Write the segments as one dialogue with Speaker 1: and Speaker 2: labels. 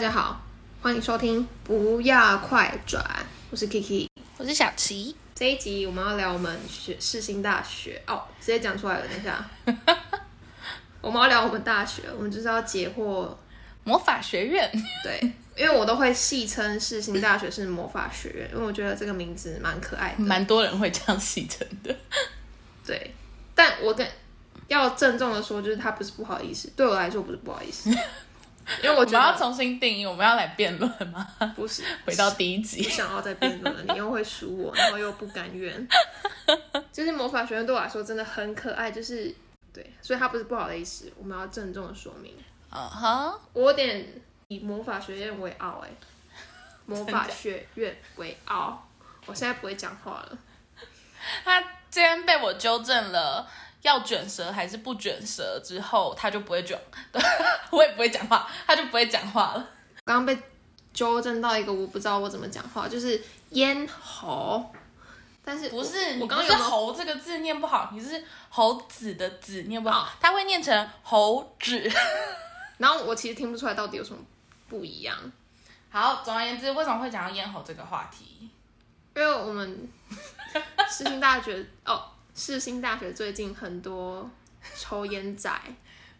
Speaker 1: 家好，欢迎收听《不要快转》，我是 Kiki。
Speaker 2: 我是小琪。
Speaker 1: 这一集我们要聊我们学世新大学哦，直接讲出来了，等一下。 我们要聊我们大学，我们就是要解惑，
Speaker 2: 魔法学院
Speaker 1: 对，因为我都会戏称世新大学是魔法学院，因为我觉得这个名字蛮可爱的。
Speaker 2: 蛮多人会这样戏称的，
Speaker 1: 对，但我跟要郑重的说，就是他不是不好意思，对我来说不是不好意思，因为我
Speaker 2: 我
Speaker 1: 觉
Speaker 2: 们要
Speaker 1: 得
Speaker 2: 重新定义，我们要来辩论吗？
Speaker 1: 不是
Speaker 2: 回到第一
Speaker 1: 不
Speaker 2: 集，
Speaker 1: 想要再辩论了，你又会输我，然后又不甘 愿。就是魔法学院对我来说真的很可爱，就是对，所以它不是不好的意思，我们要郑重的说明。
Speaker 2: 嗯哼，
Speaker 1: 我有点以魔法学院为傲哎、魔法学院为傲，我现在不会讲话了。
Speaker 2: 他今天被我纠正了，要卷舌还是不卷舌之后，他就不会卷， 我也不会讲话，他就不会讲话了。
Speaker 1: 刚刚被纠正到一个我不知道我怎么讲话，就是咽喉，但是
Speaker 2: 不是，
Speaker 1: 我刚
Speaker 2: 你不
Speaker 1: 刚
Speaker 2: 是
Speaker 1: 有没有
Speaker 2: 猴这个字念不好，你是猴子的子念不
Speaker 1: 哦
Speaker 2: 好，他会念成猴子。
Speaker 1: 然后我其实听不出来到底有什么不一样，
Speaker 2: 好，总而言之，为什么会讲到咽喉这个话题？
Speaker 1: 因为我 们世新大学哦，世新大学最近很多抽烟仔，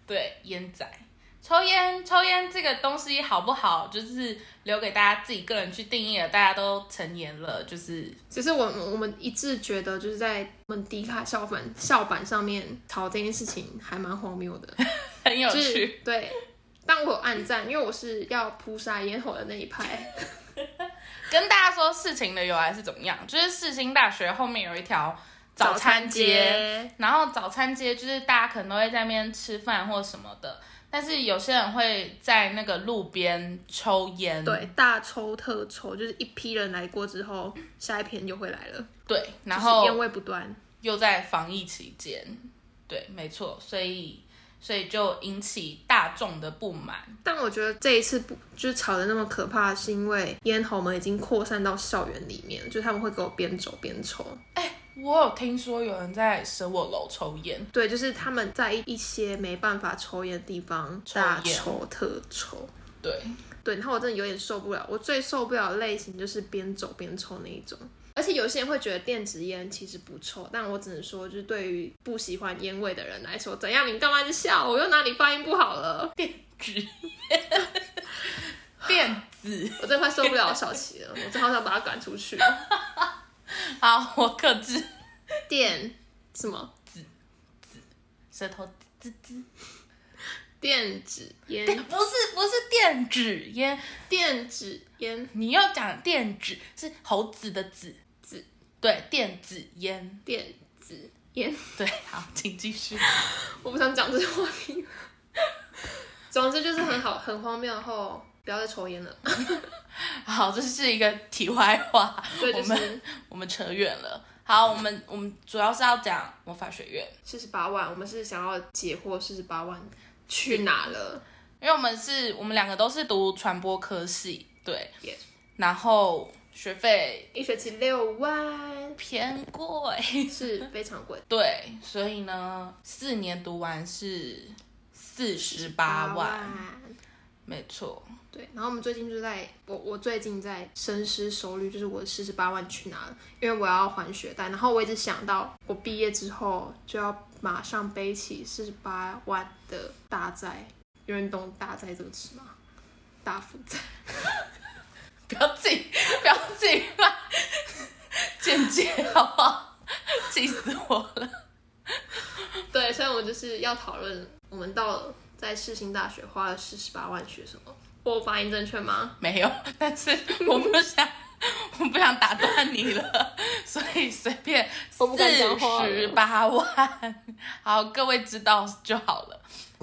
Speaker 2: 对，烟仔。抽烟，抽烟这个东西好不好，就是留给大家自己个人去定义了。大家都成年了，就是
Speaker 1: 只是我们我们一致觉得就是在我们迪卡校粉校版上面吵这件事情还蛮荒谬的，
Speaker 2: 很有
Speaker 1: 就
Speaker 2: 趣。
Speaker 1: 是对。但我有暗赞，因为我是要扑杀咽喉的那一派。
Speaker 2: 跟大家说事情的由来是怎么样，就是世新大学后面有一条早餐街，然后早餐街就是大家可能都会在那边吃饭或什么的，但是有些人会在那个路边抽烟。
Speaker 1: 对，大抽特抽，就是一批人来过之后，下一批人就会来了，
Speaker 2: 对，然
Speaker 1: 就
Speaker 2: 后
Speaker 1: 是烟味不断。
Speaker 2: 又在防疫期间，对，没错，所以所以就引起大众的不满。
Speaker 1: 但我觉得这一次不就是吵得那么可怕，是因为烟头们已经扩散到校园里面，就是他们会给我边走边抽。
Speaker 2: 哎我有听说有人在舍我楼抽烟，
Speaker 1: 对，就是他们在一些没办法抽烟的地方
Speaker 2: 抽
Speaker 1: 大
Speaker 2: 烟
Speaker 1: 抽特抽。
Speaker 2: 对，
Speaker 1: 对，然后我真的有点受不了。我最受不了的类型就是边走边抽那一种。而且有些人会觉得电子烟其实不臭，但我只能说，就是对于不喜欢烟味的人来说，怎样？你干嘛就笑我？又哪里发音不好了？
Speaker 2: 纸 电子。
Speaker 1: 我真的快受不了小琪了，我真的好想把他赶出去。
Speaker 2: 好，我克制
Speaker 1: 电什么
Speaker 2: 舌头滋滋。
Speaker 1: 电子烟
Speaker 2: 不？是不是电子烟，
Speaker 1: 电子烟
Speaker 2: 你要讲电子是猴子的子
Speaker 1: 子，
Speaker 2: 对，电子烟。
Speaker 1: 电子烟，
Speaker 2: 对，好， 请继续。
Speaker 1: 我不想讲这些话题了。 总之就是很好，很荒谬。然后不要再抽烟了。
Speaker 2: 好，这是一个题外话，
Speaker 1: 对，就
Speaker 2: 我们
Speaker 1: 是
Speaker 2: 我们扯远了。好，我们我们主要是要讲魔法学院，
Speaker 1: 四十八万，我们是想要解惑四十八万去哪了？
Speaker 2: 因为我们是我们两个都是读传播科系，对
Speaker 1: Yes
Speaker 2: 然后学费
Speaker 1: 一学期六万
Speaker 2: 偏贵，
Speaker 1: 是非常贵，
Speaker 2: 对，所以呢，四年读完是四十 八万，
Speaker 1: 万。
Speaker 2: 没错，
Speaker 1: 对，然后我们最近就在我我最近在深思熟虑，就是我四十八万去哪了，因为我要还学贷，然后我一直想到我毕业之后就要马上背起四十八万的大债，有人懂大债这个词吗？大负债，
Speaker 2: 不要自己不要自己 乱简介好不好？气死我了！
Speaker 1: 对，所以我们就是要讨论我们到在世新大学花了四十八万学什么。我有发音正确吗？
Speaker 2: 没有，但是我不想， 我不想打断你了，所以随便
Speaker 1: 我不敢讲话了
Speaker 2: 四十八万，好，各位知道就好了。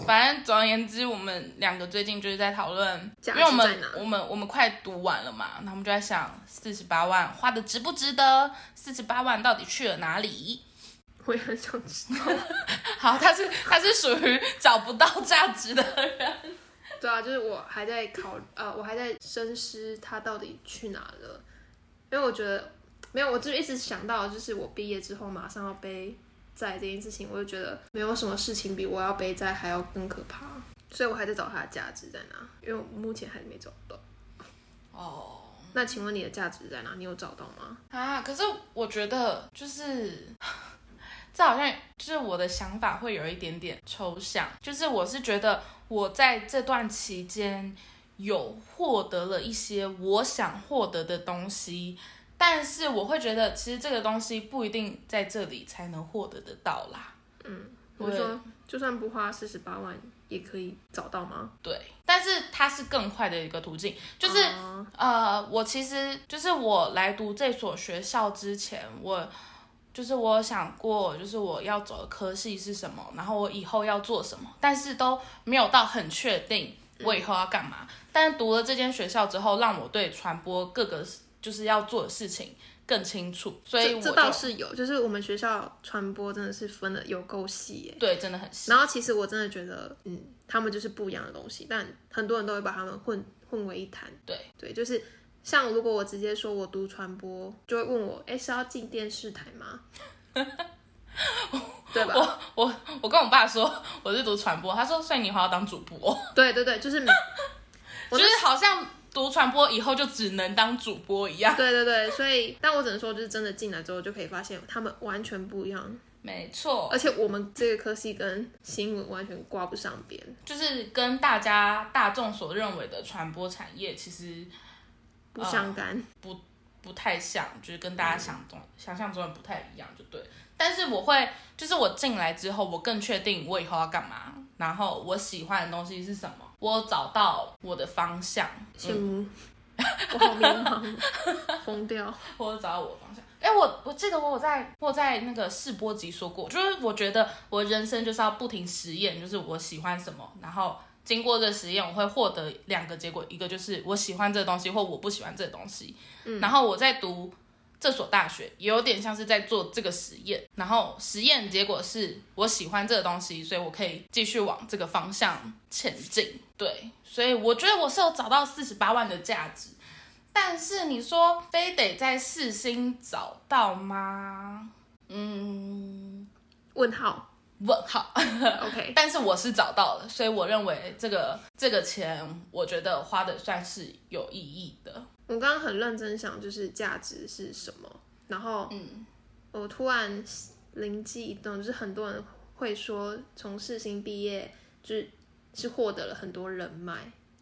Speaker 2: 反正总而言之，我们两个最近就是在讨论，
Speaker 1: 价
Speaker 2: 因
Speaker 1: 值
Speaker 2: 为我
Speaker 1: 在
Speaker 2: 们
Speaker 1: 哪
Speaker 2: 我们我们快读完了嘛，那我们就在想，四十八万花的值不值得？四十八万到底去了哪里？
Speaker 1: 我也很想知道。
Speaker 2: 好，他是他是属于找不到价值的人，
Speaker 1: 对啊，就是我还在考，呃，我还在深思他到底去哪了，因为我觉得没有，我就一直想到，就是我毕业之后马上要背债这件事情，我就觉得没有什么事情比我要背债还要更可怕。所以我还在找它的价值在哪，因为我目前还没找到。
Speaker 2: 哦。
Speaker 1: 那请问你的价值在哪？你有找到吗？
Speaker 2: 啊，可是我觉得就是这好像就是我的想法会有一点点抽象，就是我是觉得我在这段期间有获得了一些我想获得的东西，但是我会觉得其实这个东西不一定在这里才能获得得到啦。
Speaker 1: 我说，就算不花四十八万，也可以找到吗？
Speaker 2: 对，但是它是更快的一个途径，就是、
Speaker 1: 哦
Speaker 2: 呃，我其实就是我来读这所学校之前，我就是我有想过，就是我要走的科系是什么，然后我以后要做什么，但是都没有到很确定
Speaker 1: 嗯
Speaker 2: 我以后要干嘛。但是读了这间学校之后，让我对传播各个就是要做的事情更清楚，所以
Speaker 1: 这
Speaker 2: 我
Speaker 1: 这
Speaker 2: 就
Speaker 1: 倒是有，就是我们学校传播真的是分的有够细耶。
Speaker 2: 对真的很细。
Speaker 1: 然后其实我真的觉得，嗯，他们就是不一样的东西，但很多人都会把他们混混为一谈。
Speaker 2: 对
Speaker 1: 对，就是像如果我直接说我读传播，就会问我，哎，是要进电视台吗？ 对吧？
Speaker 2: 我我我跟我爸说 我是读传播，他说所以你以后要当主播哦。
Speaker 1: 对对对，就是我
Speaker 2: 就是好像读传播以后就只能当主播一样。
Speaker 1: 对对对，所以但我只能说，就是真的进来之后就可以发现他们完全不一样，
Speaker 2: 没错，
Speaker 1: 而且我们这个科系跟新闻完全挂不上边。
Speaker 2: 就是跟大家大众所认为的传播产业其实
Speaker 1: 不相
Speaker 2: 哦
Speaker 1: 干，
Speaker 2: 不太像，就是跟大家想中、想象中的不太一样，就对。但是我会，就是我进来之后，我更确定我以后要干嘛，然后我喜欢的东西是什么，我找到我的方向，
Speaker 1: 羡慕， 我好迷茫，疯掉。
Speaker 2: 或者找到我的方向。哎、我我记得我有在我有在那个试播集说过，就是我觉得我人生就是要不停实验，就是我喜欢什么，然后经过这实验，我会获得两个结果，一个就是我喜欢这个东西，或我不喜欢这个东西。然后我在读这所大学，也有点像是在做这个实验，然后实验结果是我喜欢这个东西，所以我可以继续往这个方向前进。对，所以我觉得我是有找到四十八万的价值。但是你说非得在四星找到吗？嗯，
Speaker 1: 问号
Speaker 2: 问号。
Speaker 1: ，OK，
Speaker 2: 但是我是找到了，所以我认为这个这个钱，我觉得花的算是有意义的。
Speaker 1: 我刚刚很认真想，就是价值是什么，然后，嗯，我突然灵机一动，就是很多人会说，从世新毕业就是是获得了很多人脉，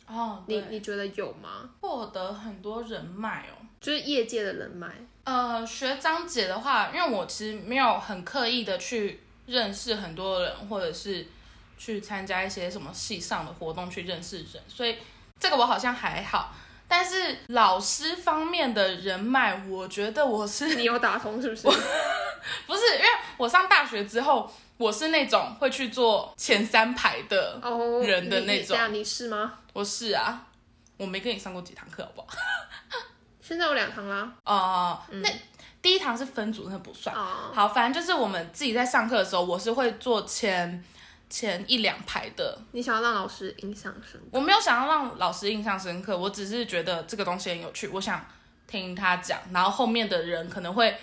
Speaker 2: 哦，
Speaker 1: 你
Speaker 2: 对，
Speaker 1: 你觉得有吗？
Speaker 2: 获得很多人脉哦。
Speaker 1: 就是业界的人脉，
Speaker 2: 呃，学长姐的话，因为我其实没有很刻意的去认识很多人，或者是去参加一些什么系上的活动去认识人，所以这个我好像还好。但是老师方面的人脉，我觉得我是
Speaker 1: 你有打通是 不是？
Speaker 2: 不是因为我上大学之后，我是那种会去做前三排的，
Speaker 1: 哦，
Speaker 2: 人的
Speaker 1: 你
Speaker 2: 那
Speaker 1: 你
Speaker 2: 种
Speaker 1: 这样你是吗？
Speaker 2: 我是啊，我没跟你上过几堂课，好不好？
Speaker 1: 现在有两堂啦，
Speaker 2: 哦、那第一堂是分组，那不算。
Speaker 1: 哦
Speaker 2: 好，反正就是我们自己在上课的时候，我是会坐前前一两排的。
Speaker 1: 你想要让老师印象深刻，
Speaker 2: 我没有想要让老师印象深刻，我只是觉得这个东西很有趣，我想听他讲，然后后面的人可能会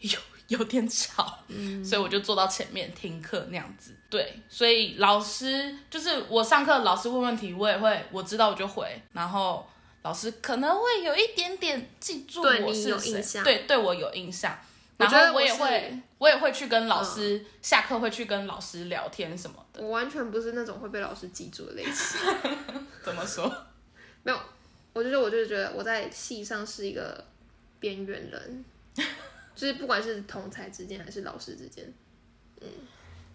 Speaker 2: 有有点吵，
Speaker 1: 嗯
Speaker 2: 所以我就坐到前面听课那样子。对，所以老师就是我上课老师问问题，我也会我知道我就回，然后老师可能会有一点点记住
Speaker 1: 对
Speaker 2: 我
Speaker 1: 你
Speaker 2: 是
Speaker 1: 有
Speaker 2: 谁
Speaker 1: 印，象
Speaker 2: 对对我有印象。
Speaker 1: 我
Speaker 2: 然
Speaker 1: 觉得
Speaker 2: 后
Speaker 1: 我
Speaker 2: 也
Speaker 1: 是
Speaker 2: 会，我也会去跟老师、下课会去跟老师聊天什么的。
Speaker 1: 我完全不是那种会被老师记住的类型。
Speaker 2: 怎么说？
Speaker 1: 没有，我就是我就是觉得我在戏上是一个边缘人， 就是不管是同才之间还是老师之间，嗯，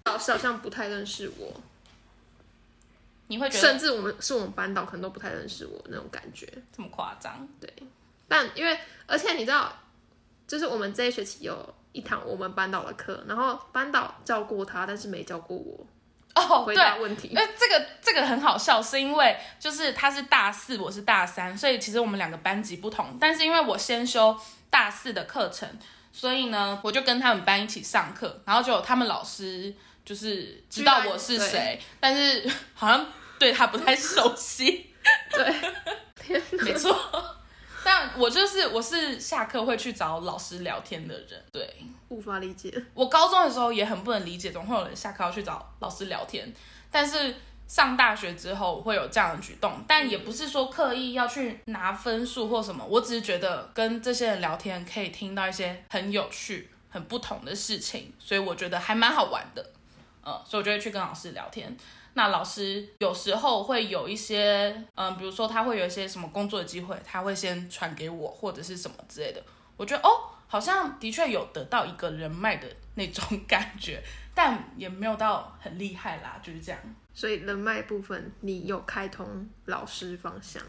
Speaker 1: 老师好像不太认识我，
Speaker 2: 你会觉得
Speaker 1: 甚至我们是我们班导可能都不太认识我那种感觉。
Speaker 2: 这么夸张？
Speaker 1: 但因为而且你知道，就是我们这一学期有一堂我们班导的课，然后班导教过他，但是没教过我
Speaker 2: 哦，
Speaker 1: 回
Speaker 2: 对，
Speaker 1: 答问题。
Speaker 2: 哎、这个这个很好笑，是因为就是他是大四，我是大三，所以其实我们两个班级不同，但是因为我先修大四的课程，所以呢，我就跟他们班一起上课，然后就有他们老师就是知道我是
Speaker 1: 居然
Speaker 2: 谁，但是好像对他不太熟 悉，
Speaker 1: 天哪
Speaker 2: 没错。 但我就是我是下课会去找老师聊天的人，对
Speaker 1: 无法理解。
Speaker 2: 我高中的时候也很不能理解，总会有人下课要去找老师聊天，但是上大学之后我会有这样的举动，但也不是说刻意要去拿分数或什么，我只是觉得跟这些人聊天可以听到一些很有趣、很不同的事情，所以我觉得还蛮好玩的。呃，所以我就会去跟老师聊天。那老师有时候会有一些，嗯、比如说他会有一些什么工作的机会，他会先传给我或者是什么之类的。我觉得哦，好像的确有得到一个人脉的那种感觉，但也没有到很厉害啦，就是这样。
Speaker 1: 所以人脉部分你有开通老师方向，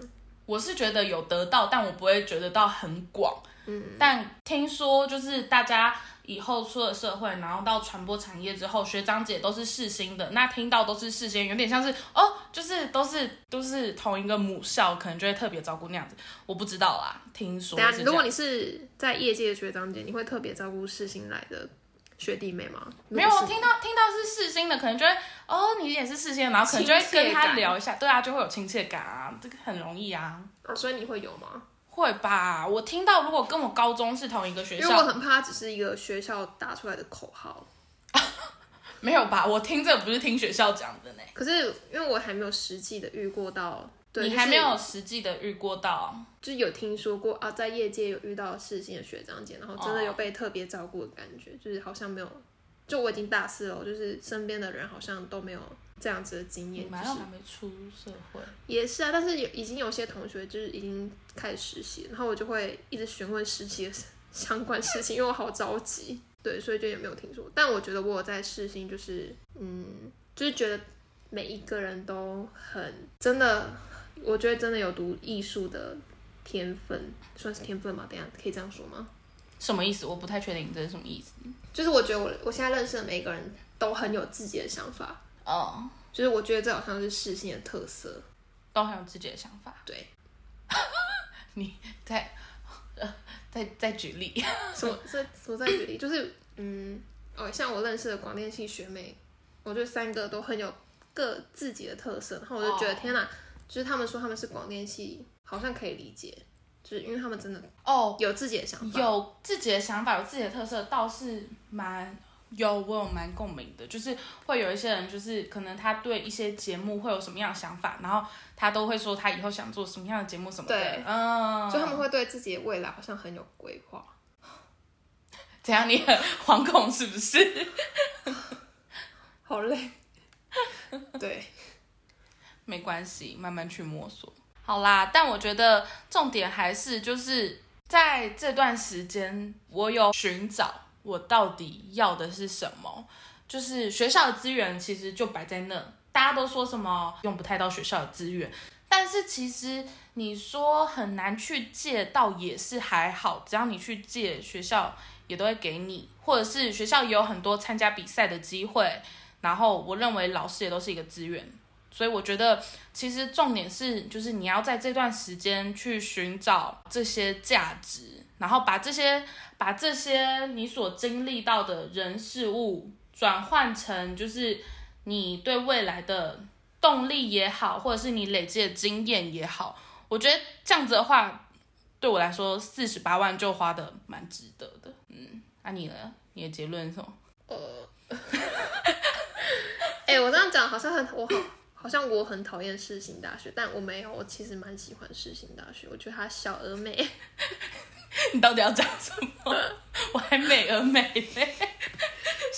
Speaker 2: 我是觉得有得到，但我不会觉得到很广。嗯，但听说就是大家以后出了社会，然后到传播产业之后，学长姐都是世新的，那听到都是世新，有点像是哦，就是都是都是同一个母校，可能就会特别照顾那样子。我不知道啦，听说
Speaker 1: 等一下，
Speaker 2: 是这
Speaker 1: 如果
Speaker 2: 样。
Speaker 1: 你是在业界的学长姐，你会特别照顾世新来的学弟妹吗？
Speaker 2: 没有
Speaker 1: 如果是
Speaker 2: 听到听到是世新的，可能就会哦，你也是世新的，然后可能就会
Speaker 1: 亲切
Speaker 2: 跟他
Speaker 1: 感
Speaker 2: 聊一下，对啊，就会有亲切感啊，这个很容易啊，
Speaker 1: 哦，所以你会有吗？
Speaker 2: 会吧？我听到如果跟我高中是同一个学
Speaker 1: 因为我
Speaker 2: 校，
Speaker 1: 很怕只是一个学校打出来的口号，
Speaker 2: 没有吧？我听这不是听学校讲的呢，
Speaker 1: 可是因为我还没有实际的遇过到，对，
Speaker 2: 你还没有实际的遇过到，
Speaker 1: 就是，就是有听说过啊，在业界有遇到世新的学长姐，然后真的有被特别照顾的感觉，就是好像没有，就我已经大四了，我就是身边的人好像都没有这样子的经
Speaker 2: 你
Speaker 1: 验，就
Speaker 2: 们
Speaker 1: 是
Speaker 2: 还没出社会，
Speaker 1: 也是啊，但是有已经有些同学就是已经开始实习，然后我就会一直询问实习的相关事情，因为我好着急，对，所以就也没有听说。但我觉得我有在试新，就是嗯，就是觉得每一个人都很真的，我觉得真的有读艺术的天分，算是天分嘛？等一下可以这样说吗？
Speaker 2: 什么意思？我不太确定这是什么意思。
Speaker 1: 就是我觉得我我现在认识的每一个人都很有自己的想法，
Speaker 2: 哦，
Speaker 1: 就是我觉得这好像是试新的特色，
Speaker 2: 都很有自己的想法。
Speaker 1: 对，
Speaker 2: 你再 呃再再举例，
Speaker 1: 什么这什么在举例？就是嗯，哦，像我认识的广电系学妹，我觉得三个都很有各自己的特色，然后我就觉得、
Speaker 2: 哦
Speaker 1: 天哪，就是他们说他们是广电系，好像可以理解，就是因为他们真的
Speaker 2: 哦，
Speaker 1: 有自己的想法。
Speaker 2: 有自己的想法，有自己的特色，倒是蛮有我有蛮共鸣的，就是会有一些人，就是可能他对一些节目会有什么样的想法，然后他都会说他以后想做什么样的节目什么的
Speaker 1: 对，
Speaker 2: 嗯，
Speaker 1: 就他们会对自己的未来好像很有规划，
Speaker 2: 怎样？你很惶恐是不是？
Speaker 1: 好累。 对，
Speaker 2: 没关系，慢慢去摸索。好啦，但我觉得重点还是就是在这段时间，我有寻找我到底要的是什么。就是学校的资源其实就摆在那，大家都说什么用不太到学校的资源，但是其实你说很难去借，倒也是还好，只要你去借，学校也都会给你，或者是学校也有很多参加比赛的机会。然后我认为老师也都是一个资源，所以我觉得，其实重点是，就是你要在这段时间去寻找这些价值，然后把这些把这些你所经历到的人事物转换成，就是你对未来的动力也好，或者是你累积的经验也好，我觉得这样子的话，对我来说，四十八万就花的蛮值得的。嗯，那、你呢？你的结论是什么？
Speaker 1: 呃哎、我这样讲好像很我好，好像我很讨厌世新大学，但我没有，我其实蛮喜欢世新大学，我觉得它小而美。
Speaker 2: 你到底要讲什么？ 我还美而美嘞。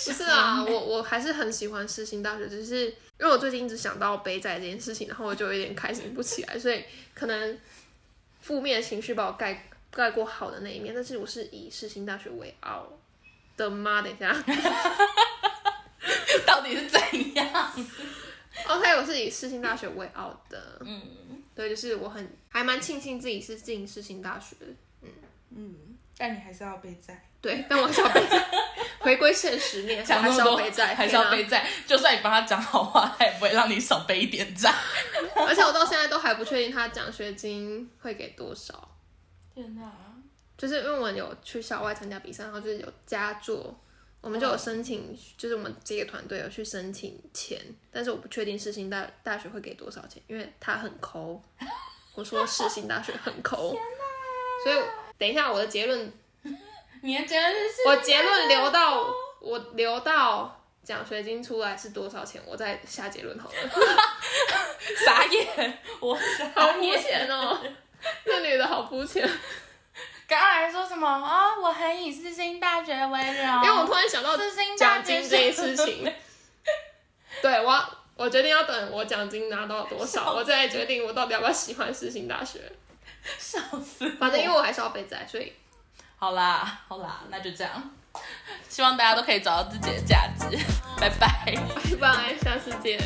Speaker 1: 不是
Speaker 2: 嗯
Speaker 1: 啊，我我还是很喜欢世新大学，只是因为我最近一直想到北仔这件事情，然后我就有点开心不起来，所以可能负面的情绪把我盖盖过好的那一面，但是我是以世新大学为傲的妈，等一下
Speaker 2: 到底是怎样？
Speaker 1: ，OK，我是哦以世新大学为傲的，嗯，对，就是我很还蛮庆幸自己是进世新大学的，
Speaker 2: 但你还是要背债，
Speaker 1: 对，但我还是要 背债，回归现实面，我
Speaker 2: 讲那
Speaker 1: 还
Speaker 2: 么
Speaker 1: 是
Speaker 2: 多
Speaker 1: 要背债，
Speaker 2: 还是要
Speaker 1: 天哪啊
Speaker 2: 背债。就算你帮他讲好话，他也不会让你少背一点债。
Speaker 1: 而且我到现在都还不确定他奖学金会给多少。
Speaker 2: 天哪！
Speaker 1: 就是因为我们有去校外参加比赛，然后就是有佳作，我们就有申请，就是我们这个团队有去申请钱，但是我不确定世新大大学会给多少钱，因为他很抠。我说世新大学很抠，所以等一下我的结论，
Speaker 2: 你的结论是
Speaker 1: 我结论留到我留到奖学金出来是多少钱，我再下结论好了。
Speaker 2: 傻眼，我
Speaker 1: 好
Speaker 2: 傻
Speaker 1: 肤
Speaker 2: 眼。
Speaker 1: 浅哦，那女的好肤浅。
Speaker 2: 刚刚还说什么啊、我很以世新大学为荣，
Speaker 1: 因为我突然想到
Speaker 2: 世新大
Speaker 1: 奖
Speaker 2: 学
Speaker 1: 金
Speaker 2: 是
Speaker 1: 这件事情， 对我要我决定要等我奖金拿到多少，我再决定我到底要不要喜欢世新大学。
Speaker 2: 笑死我。
Speaker 1: 反正因为我还是要被宰，所以
Speaker 2: 好啦，好啦，那就这样。希望大家都可以找到自己的价值，拜拜。
Speaker 1: 拜拜，下次见。